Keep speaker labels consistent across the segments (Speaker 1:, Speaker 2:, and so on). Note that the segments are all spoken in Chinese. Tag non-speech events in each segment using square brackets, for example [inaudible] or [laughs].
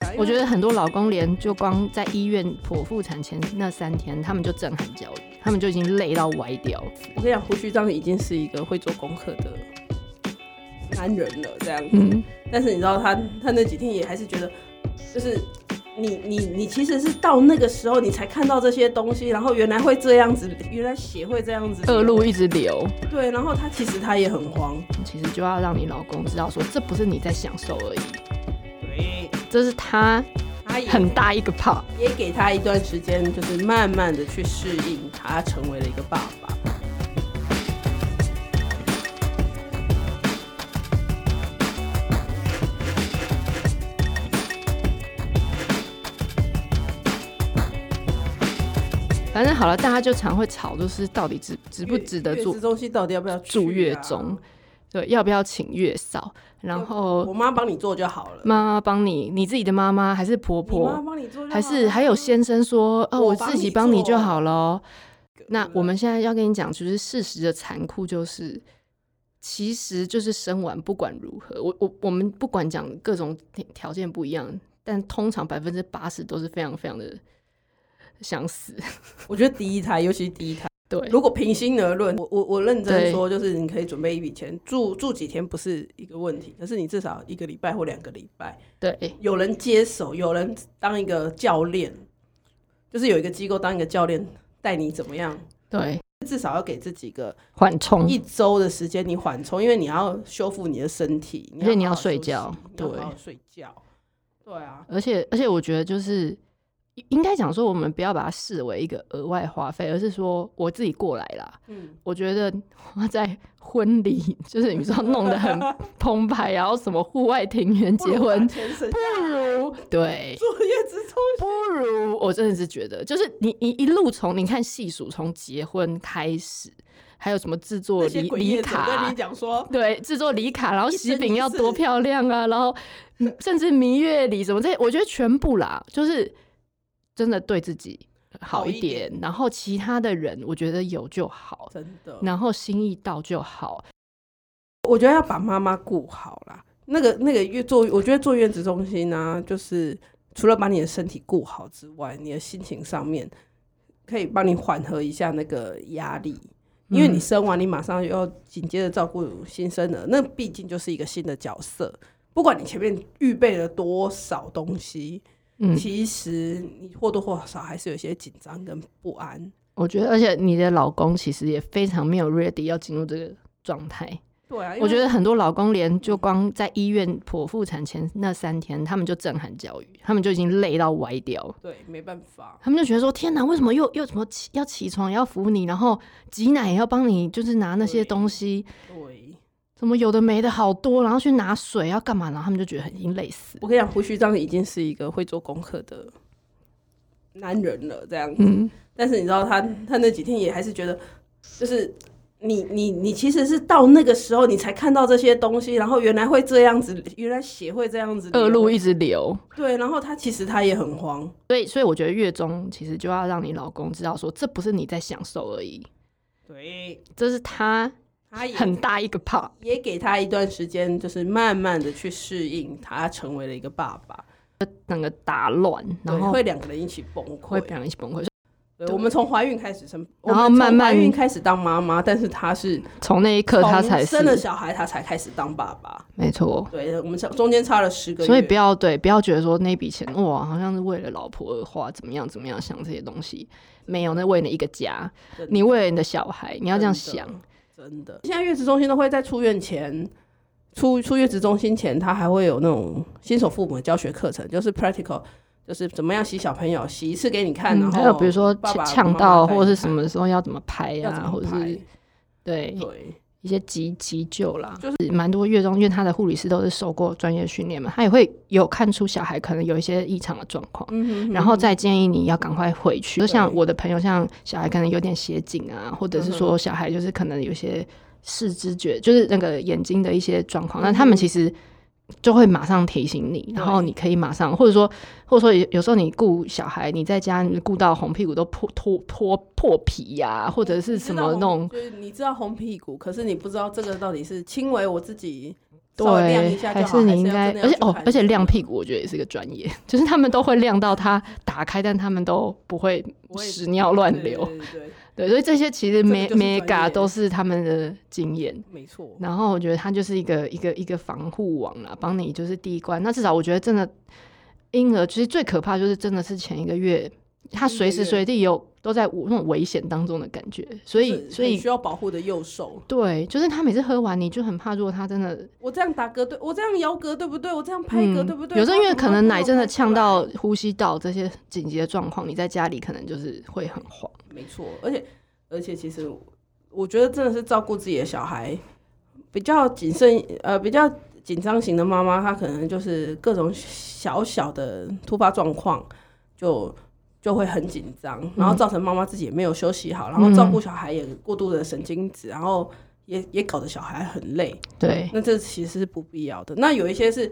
Speaker 1: 啊
Speaker 2: 我觉得很多老公连就光在医院剖腹产前那三天，他们就震撼教育，他们就已经累到歪掉了。
Speaker 1: 我跟你讲，胡须章已经是一个会做功课的男人了，这样子。
Speaker 2: 嗯，
Speaker 1: 但是你知道他，他那几天也还是觉得，就是你你你其实是到那个时候你才看到这些东西，然后原来会这样子，原来血会这样子
Speaker 2: 恶路一直流，
Speaker 1: 对，然后他其实他也很慌，
Speaker 2: 其实就要让你老公知道说，这不是你在享受而已，
Speaker 1: 对，
Speaker 2: 这是他
Speaker 1: 他也
Speaker 2: 很大一个 part。
Speaker 1: 也给他一段时间，就是慢慢的去适应他成为了一个爸爸。
Speaker 2: 反正好了，大家就常会吵，就是到底值值不值得
Speaker 1: 月
Speaker 2: 住
Speaker 1: 子中心到底要不要去啊
Speaker 2: 住月中？，对，要不要请月嫂？然后
Speaker 1: 我妈帮你做就好了，
Speaker 2: 妈妈帮你，你自己的妈妈还是婆
Speaker 1: 你妈
Speaker 2: 婆，
Speaker 1: 帮你做就好了，
Speaker 2: 还是还有先生说，哦，
Speaker 1: 我
Speaker 2: 我
Speaker 1: 帮
Speaker 2: 自己
Speaker 1: 你
Speaker 2: 帮你就
Speaker 1: 做
Speaker 2: 好了哦。那
Speaker 1: 对
Speaker 2: 我们现在要跟你讲，就是事实的残酷，就是其实就是生完不管如何，我我我们不管讲各种条条件不一样，但通常百分之八十都是非常非常的想死。 [laughs]
Speaker 1: 我觉得第一胎，尤其是第一胎。
Speaker 2: 对，
Speaker 1: 如果平心而论，我我我认真
Speaker 2: 对
Speaker 1: 说，就是你可以准备一笔钱，住住几天不是一个问题，可是你至少一个礼拜或两个礼拜，
Speaker 2: 对
Speaker 1: 有人接手，有人当一个教练，就是有一个机构当一个教练带你怎么样，
Speaker 2: 对，
Speaker 1: 至少要给自己个
Speaker 2: 缓冲，
Speaker 1: 一周的时间你缓冲，因为你要修复你的身体，
Speaker 2: 而且你
Speaker 1: 好
Speaker 2: 要
Speaker 1: 好
Speaker 2: 睡
Speaker 1: 休息
Speaker 2: 觉
Speaker 1: 你要好
Speaker 2: 对
Speaker 1: 好睡觉，对啊，
Speaker 2: 而且而且我觉得就是应应该讲说，我们不要把它视为一个额外花费，而是说我自己过来啦。
Speaker 1: 嗯， [laughs]
Speaker 2: 我觉得花在婚礼， [laughs] 就是你知道弄得 [laughs] 很澎湃，然后什么户外庭园
Speaker 1: 不如
Speaker 2: 结
Speaker 1: 把
Speaker 2: 婚，
Speaker 1: 钱省下
Speaker 2: 不如
Speaker 1: [laughs]
Speaker 2: 对，
Speaker 1: 坐月子中
Speaker 2: 不如我真的是觉得，就是你你一路从你看细数从结婚开始，还有什么制作
Speaker 1: 那些
Speaker 2: 礼
Speaker 1: 鬼
Speaker 2: 礼
Speaker 1: 业者跟
Speaker 2: 卡
Speaker 1: 你，讲说，
Speaker 2: 对，制作礼卡，然后
Speaker 1: 一
Speaker 2: 喜
Speaker 1: 生
Speaker 2: 饼
Speaker 1: 一
Speaker 2: 要
Speaker 1: 世
Speaker 2: 多漂亮啊，然后嗯甚至蜜月礼什么这些，我觉得全部啦，就是真的对自己好
Speaker 1: 好
Speaker 2: 一
Speaker 1: 一
Speaker 2: 点，
Speaker 1: 点
Speaker 2: 然后其他的人我觉得有就好，
Speaker 1: [laughs] 真的，
Speaker 2: 然后心意到就好。
Speaker 1: 我觉得要把妈妈顾好啦。那个那个月坐，我觉得坐月子中心呢、啊就是除了把你的身体顾好之外，你的心情上面可以帮你缓和一下那个压力，因为你
Speaker 2: 嗯
Speaker 1: 生完，你马上又要紧接着照顾新生儿，那毕竟就是一个新的角色。不管你前面预备了多少东西，
Speaker 2: 嗯，
Speaker 1: 其实你或多或少还是有一些紧张跟不安。
Speaker 2: 我觉得，而且你的老公其实也非常没有 ready 要进入这个状态。
Speaker 1: 对啊，因为
Speaker 2: 我觉得很多老公连就光在医院剖腹产前那三天，他们就震撼教育，他们就已经累到歪掉了。
Speaker 1: 对，没办法。
Speaker 2: 他们就觉得说：“天哪，为什么又又怎么起要起床也要扶你，然后挤奶也要帮你，就是拿那些
Speaker 1: 对
Speaker 2: 东西，
Speaker 1: 对，
Speaker 2: 什么有的没的好多，然后去拿水要干嘛？”然后他们就觉得很已经累死。
Speaker 1: 我跟你讲，胡须章已经是一个会做功课的男人了，这样子。
Speaker 2: 嗯，
Speaker 1: 但是你知道他，他那几天也还是觉得，就是你你你其实是到那个时候你才看到这些东西，然后原来会这样子，原来血会这样子流
Speaker 2: 恶路一直流。
Speaker 1: 对，然后他其实他也很慌，
Speaker 2: 所以，所以我觉得月中其实就要让你老公知道说，这不是你在享受而已，
Speaker 1: 对，
Speaker 2: 这是他
Speaker 1: 他也
Speaker 2: 很大一个 part。
Speaker 1: 也给他一段时间，就是慢慢的去适应他成为了一个爸爸，
Speaker 2: 整个打乱，然
Speaker 1: 对
Speaker 2: 后
Speaker 1: 会两个人一起崩溃，
Speaker 2: 会不然一起崩溃。
Speaker 1: 对我们从怀孕开始生，
Speaker 2: 然后
Speaker 1: 我们从
Speaker 2: 慢慢
Speaker 1: 怀孕开始当妈妈，但是他是
Speaker 2: 从那一刻， [laughs] 他才
Speaker 1: 从
Speaker 2: 是
Speaker 1: 生了小孩，他才开始当爸爸。
Speaker 2: 没错。
Speaker 1: 对，我们中中间差了十个月，
Speaker 2: 所以不要对，不要觉得说那笔钱哇，好像是为了老婆而花，怎么样怎么样，想这些东西没有，那为了一个家，
Speaker 1: 真的
Speaker 2: 你为了你的小孩，你要这样
Speaker 1: 真的
Speaker 2: 想。
Speaker 1: 真的。现在月子中心都会在出院前。出出月子中心前，他还会有那种新手父母的教学课程，就是 practical，就是怎么样洗小朋友，洗一次给你看，然
Speaker 2: 嗯
Speaker 1: 后
Speaker 2: 还有比如说
Speaker 1: 爸爸
Speaker 2: 呛
Speaker 1: 妈妈
Speaker 2: 到
Speaker 1: 带
Speaker 2: 或者
Speaker 1: 你
Speaker 2: 是
Speaker 1: 看
Speaker 2: 什么时候要怎么拍
Speaker 1: 要怎
Speaker 2: 啊，
Speaker 1: 么
Speaker 2: 或者
Speaker 1: 拍
Speaker 2: 是对 [laughs]
Speaker 1: 对，
Speaker 2: 一些急急救啦，
Speaker 1: 就
Speaker 2: 就是蛮多月中，因为他的护理师都是受过专业训练嘛，他也会有看出小孩可能有一些异常的状况。
Speaker 1: 嗯哼
Speaker 2: 然后再建议你要赶快回去。就像
Speaker 1: 对嗯
Speaker 2: 我的朋友，像小孩可能有点斜颈啊，或者是说小孩就是可能有些视知觉，就是那个眼睛的一些状
Speaker 1: 嗯
Speaker 2: 况，那他们其实。就会马上提醒你，然后你可以马上，或者说，或者说有有时候你顾小孩，你在家你顾到红屁股都破脱脱破皮呀、或者是
Speaker 1: 你
Speaker 2: 什
Speaker 1: 知道
Speaker 2: 么
Speaker 1: 红
Speaker 2: 那种
Speaker 1: 就是你知道红屁股，可是你不知道这个到底是轻微我自己。稍微晾一
Speaker 2: 对，
Speaker 1: 下
Speaker 2: 还
Speaker 1: 就好，
Speaker 2: 是你应该，而且哦，而且晾
Speaker 1: 亮
Speaker 2: 屁股，我觉得也是个专业， [laughs] 就是他们都会晾到它打开，但他们都不会屎尿乱流。
Speaker 1: 对对对对
Speaker 2: 对，所以这些其
Speaker 1: 这
Speaker 2: 实
Speaker 1: 个就
Speaker 2: 没
Speaker 1: 是专
Speaker 2: 没
Speaker 1: 业
Speaker 2: 嘎都是他们的经验。
Speaker 1: 没错，
Speaker 2: 然后我觉得它就是一个一个一个防护网啦，帮你就是第一关。那至少我觉得真的婴儿其实最可怕就是真的是前一个月，他
Speaker 1: 第一个
Speaker 2: 随时
Speaker 1: 月
Speaker 2: 随地有都在那种危险当中的感觉。所以
Speaker 1: 是
Speaker 2: 所
Speaker 1: 很
Speaker 2: 以
Speaker 1: 需要保护的右手。
Speaker 2: 对，就是他每次喝完，你就很怕，如果他真的
Speaker 1: 我这样打嗝对，我这样摇嗝对不对？我这样拍嗝
Speaker 2: 嗯
Speaker 1: 对不对？
Speaker 2: 有时候因为
Speaker 1: 他怎
Speaker 2: 可
Speaker 1: 么
Speaker 2: 能
Speaker 1: 会
Speaker 2: 奶
Speaker 1: 没有
Speaker 2: 真的
Speaker 1: 拍出
Speaker 2: 呛
Speaker 1: 来
Speaker 2: 到呼吸道这些紧急的状况，你在家里可能就是会很慌。
Speaker 1: 没错，而且而且其实我我觉得真的是照顾自己的小孩，比较谨慎呃比较紧张型的妈妈，她可能就是各种小小的突发状况就。就会很紧张，然
Speaker 2: 嗯
Speaker 1: 后造成妈妈自己也没有休息好，然后照顾小孩也过度的神经质，然后也也搞得小孩很累。
Speaker 2: 对，
Speaker 1: 那这其实是不必要的。那有一些是，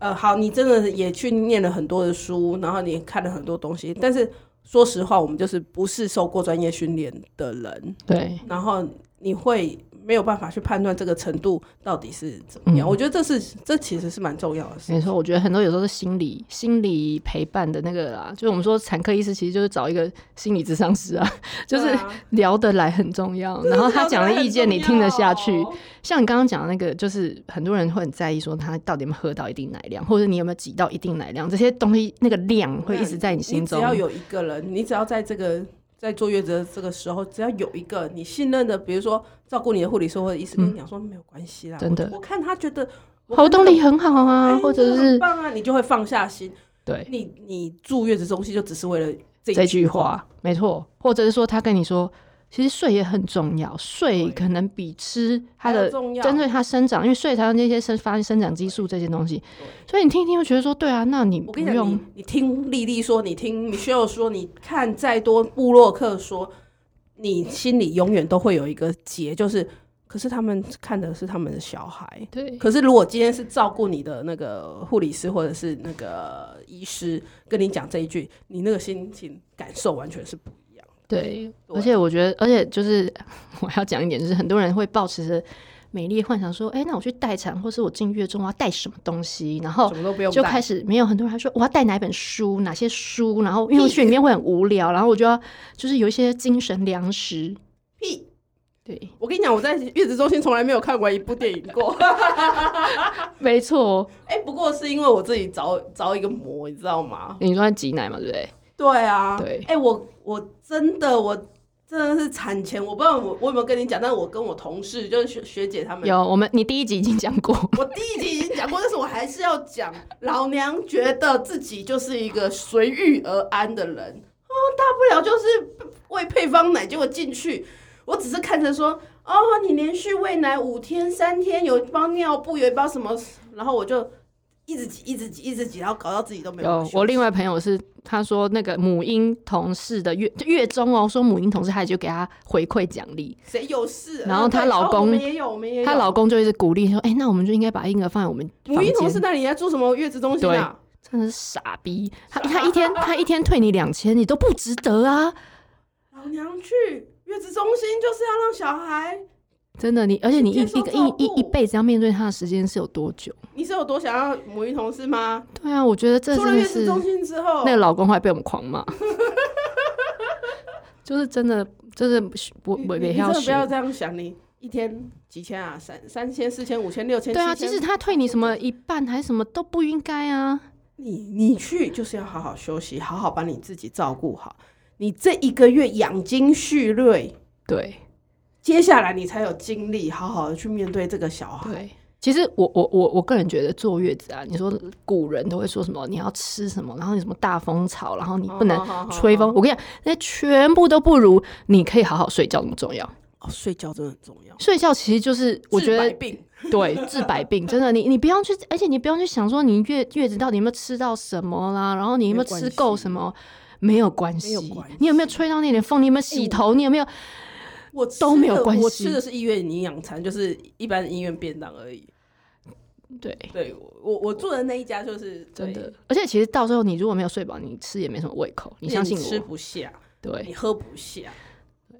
Speaker 1: 呃，好，你真的也去念了很多的书，然后你看了很多东西，但是说实话，我们就是不是受过专业训练的人，
Speaker 2: 对，
Speaker 1: 然后你会没有办法去判断这个程度到底是怎么样。
Speaker 2: 嗯
Speaker 1: 我觉得这是这其实是蛮重要的事
Speaker 2: 没。错。我觉得很多有时候是心理心理陪伴的那个啦，就是我们说产科医师其实就是找一个心理咨商师啊， [laughs] 就是
Speaker 1: 对啊
Speaker 2: 聊得来很重要，然后他讲的意见你听得下去。
Speaker 1: 哦
Speaker 2: 像你刚刚讲的那个，就是很多人会很在意说他到底有没有喝到一定奶量，或者你有没有挤到一定奶量，这些东西那个量会一直在你心中。
Speaker 1: 你只要有一个人，你只要在这个在坐月子的这个时候，只要有一个你信任的，比如说照顾你的护理师或者医师，跟你讲说没有关系啦，
Speaker 2: 真的
Speaker 1: 我我看他觉得我看
Speaker 2: 活动
Speaker 1: 他
Speaker 2: 力很好
Speaker 1: 哎
Speaker 2: 啊，或
Speaker 1: 这
Speaker 2: 者
Speaker 1: 个
Speaker 2: 是
Speaker 1: 很棒啊，你就会放下心。
Speaker 2: 对
Speaker 1: 你你住月子中心就只是为了这
Speaker 2: 这
Speaker 1: 一
Speaker 2: 句
Speaker 1: 句，
Speaker 2: 话，没错，或者是说他跟你说，其实睡也很重要，睡
Speaker 1: 对
Speaker 2: 可能比吃它
Speaker 1: 还有
Speaker 2: 的
Speaker 1: 重要
Speaker 2: 针对它生长，因为睡才有那些生发现生长激素这些东西，所以你听一听就觉得说，对啊，那你
Speaker 1: 我
Speaker 2: 不
Speaker 1: 跟你讲，
Speaker 2: 用
Speaker 1: 你你听丽丽说，你听 Michelle 说，你看再多布洛克说，你心里永远都会有一个结，就是，可是他们看的是他们的小孩，
Speaker 2: 对
Speaker 1: 可是如果今天是照顾你的那个护理师或者是那个医师跟你讲这一句，你那个心情感受完全是不一样。
Speaker 2: 对，
Speaker 1: 对
Speaker 2: 而且我觉得，而且就是 [laughs] 我要讲一点，就是很多人会抱持着美丽的幻想说，哎，那我去待产，或是我进月中我要带什么东西，然后
Speaker 1: 什么都不用
Speaker 2: 哦就
Speaker 1: 带
Speaker 2: 开始没有很多人还说我要带哪本书，哪些书，然后因
Speaker 1: [laughs]
Speaker 2: 为我去里面会很无聊，然后我就要就是有一些精神粮食，
Speaker 1: 屁！
Speaker 2: 对，
Speaker 1: 我跟你讲，我在月子中心从来没有看过一部电影过。
Speaker 2: [laughs] 没错，哦
Speaker 1: 哎、不过是因为我自己着着一个魔，你知道吗？
Speaker 2: 你说在挤奶嘛，对不对？
Speaker 1: 对啊，
Speaker 2: 对
Speaker 1: 哎、我我真的我真的是产前，我不知道我我有没有跟你讲，但是我跟我同事就是学学姐他们，
Speaker 2: 有，我们你第一集已经讲过，
Speaker 1: 我第一集已经讲过，但是我还是要讲，老娘觉得自己就是一个随遇而安的人啊、大不了就是喂配方奶，结果进去，我只是看着说，哦，你连续喂奶五天三天，有一包尿布，有一包什么，然后我就一直挤，一直挤，一直挤，然后搞到自己都没办法
Speaker 2: 有
Speaker 1: 休息
Speaker 2: 我另外朋友是他说那个母婴同事的月就月中哦，说母婴同事他就给他回馈奖励，
Speaker 1: 谁有事啊，
Speaker 2: 然后她
Speaker 1: 对哦
Speaker 2: 老
Speaker 1: 我
Speaker 2: 公
Speaker 1: 们也有，我们也有，
Speaker 2: 她老公就一直鼓励说，哎、那我们就应该把婴儿放在我们
Speaker 1: 母
Speaker 2: 房
Speaker 1: 婴同事
Speaker 2: 间。
Speaker 1: 那里在做什么月子中心啊？
Speaker 2: 真的是傻逼，他他一天他一天退你两千，你都不值得啊！
Speaker 1: 老娘去月子中心就是要让小孩。
Speaker 2: 真的，你而且你一
Speaker 1: 接受
Speaker 2: 一个
Speaker 1: 照
Speaker 2: 一
Speaker 1: 顾
Speaker 2: 一一辈子要面对他的时间是有多久？
Speaker 1: 你是有多想要母婴同事吗？
Speaker 2: 对啊，我觉得这
Speaker 1: 出了
Speaker 2: 真的
Speaker 1: 月
Speaker 2: 是
Speaker 1: 子中心之后，
Speaker 2: 那个老公后来被我们狂骂，就是真的，就是不
Speaker 1: 你
Speaker 2: 不
Speaker 1: 你
Speaker 2: 不
Speaker 1: 你真
Speaker 2: 要
Speaker 1: 的不
Speaker 2: 学。
Speaker 1: 要这样想，你一天几千啊，三三千、四千、五千、六千，
Speaker 2: 对啊，
Speaker 1: 七
Speaker 2: 即
Speaker 1: 千
Speaker 2: 使他退你什么一半还是什么都不应该啊。
Speaker 1: 你你去就是要好好休息，好好把你自己照顾好，你这一个月养精蓄锐，
Speaker 2: 对
Speaker 1: 接下来你才有精力好好的去面对这个小孩。
Speaker 2: 对，其实我我我我个人觉得坐月子啊，你说古人都会说什么你要吃什么，然后你什么大蜂巢，然后你不能
Speaker 1: 能
Speaker 2: 吹风。我跟你讲，那全部都不如你可以好好睡觉那么重要。
Speaker 1: 哦，睡觉真的很重要。
Speaker 2: 睡觉其实就是我觉
Speaker 1: 治百
Speaker 2: 得
Speaker 1: 病 [laughs]
Speaker 2: 对，治百病真的，你你不要去，而且你不要去想说你月月子到底有没有吃到什么啦，然后你有没有吃够什么，没有关
Speaker 1: 没
Speaker 2: 系
Speaker 1: 有关系，
Speaker 2: 你有没有吹到那点风，你有没有洗头，你有没有
Speaker 1: 我吃
Speaker 2: 都没有
Speaker 1: 的
Speaker 2: 关
Speaker 1: 我
Speaker 2: 系
Speaker 1: 吃的是医院营养餐，就是一般医院便当而已。
Speaker 2: 对。
Speaker 1: 对我我我住的那一家就是
Speaker 2: 真，
Speaker 1: 对
Speaker 2: 的，而且其实到时候你如果没有睡饱，你吃也没什么胃口，你相信
Speaker 1: 吃
Speaker 2: 我。
Speaker 1: 不下，
Speaker 2: 对，
Speaker 1: 你喝不下，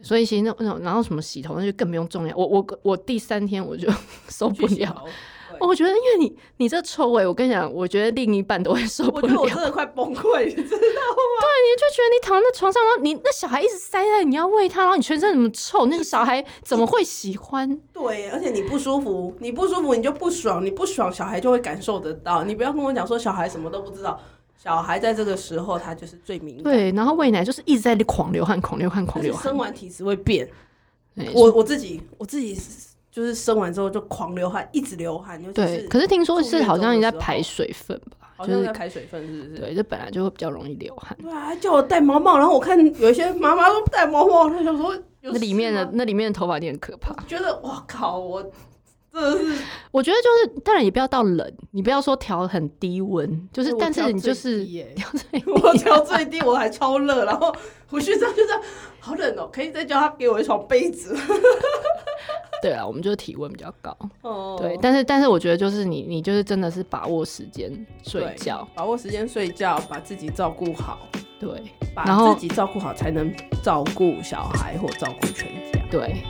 Speaker 2: 所以其实那那种然后什么洗头那就更不用重要。我我我第三天我就 [laughs] 受不
Speaker 1: 去洗
Speaker 2: 了，
Speaker 1: 头
Speaker 2: 我觉得，因为你你这臭味，我跟你讲，我觉得另一半都会受不
Speaker 1: 我
Speaker 2: 了。
Speaker 1: 觉得
Speaker 2: 对，你就
Speaker 1: 我真的快崩溃， [laughs] 你知道吗？
Speaker 2: 觉得你躺在床上，然后你那小孩一直塞在你要喂他，然后你全身怎么臭，那个小孩怎么会喜欢？
Speaker 1: 对，而且你不舒服，你不舒服你就不爽，你不爽小孩就会感受得到。你不要跟我讲说小孩什么都不知道，小孩在这个时候他就是最敏感，
Speaker 2: 对，然后喂奶就是一直在狂流汗，狂流汗，狂
Speaker 1: 而且
Speaker 2: 流汗
Speaker 1: 生。完体质会变。
Speaker 2: 对
Speaker 1: 我我自己我自己是就是生完之后就狂流汗，一直流汗，尤其
Speaker 2: 对，
Speaker 1: 是
Speaker 2: 可是听说
Speaker 1: 住
Speaker 2: 是
Speaker 1: 院
Speaker 2: 好
Speaker 1: 中
Speaker 2: 像
Speaker 1: 的
Speaker 2: 你在
Speaker 1: 时候
Speaker 2: 排水分吧，
Speaker 1: 好
Speaker 2: 就
Speaker 1: 像在
Speaker 2: 是
Speaker 1: 排水分，是不是？
Speaker 2: 对，这本来就会比较容易流汗。
Speaker 1: 对啊，还叫我戴毛毛，然后我看有一些妈妈都不戴毛毛，她想说有
Speaker 2: 那里
Speaker 1: 事
Speaker 2: 面的
Speaker 1: 吗
Speaker 2: 那里面的头发有点可怕。
Speaker 1: 觉得哇靠，我真的是
Speaker 2: 我觉得就是，当然也不要到冷，你不要说调很低温，就是，
Speaker 1: 我
Speaker 2: 但
Speaker 1: 调
Speaker 2: 是你
Speaker 1: 最
Speaker 2: 就是
Speaker 1: 低耶
Speaker 2: 调最
Speaker 1: [laughs]
Speaker 2: 低
Speaker 1: 我调最低，我还超热，然后回去之后就这样，好冷哦，可以再叫他给我一床被子。
Speaker 2: [laughs] 对啊，我们就是体温比较高。
Speaker 1: 哦
Speaker 2: 对，但是但是我觉得就是你你就是真的是把握时间睡觉，，
Speaker 1: 把握时间睡觉，把自己照顾好，
Speaker 2: 对
Speaker 1: 把
Speaker 2: 然后
Speaker 1: 自己照顾好才能照顾小孩或照顾全家。
Speaker 2: 对，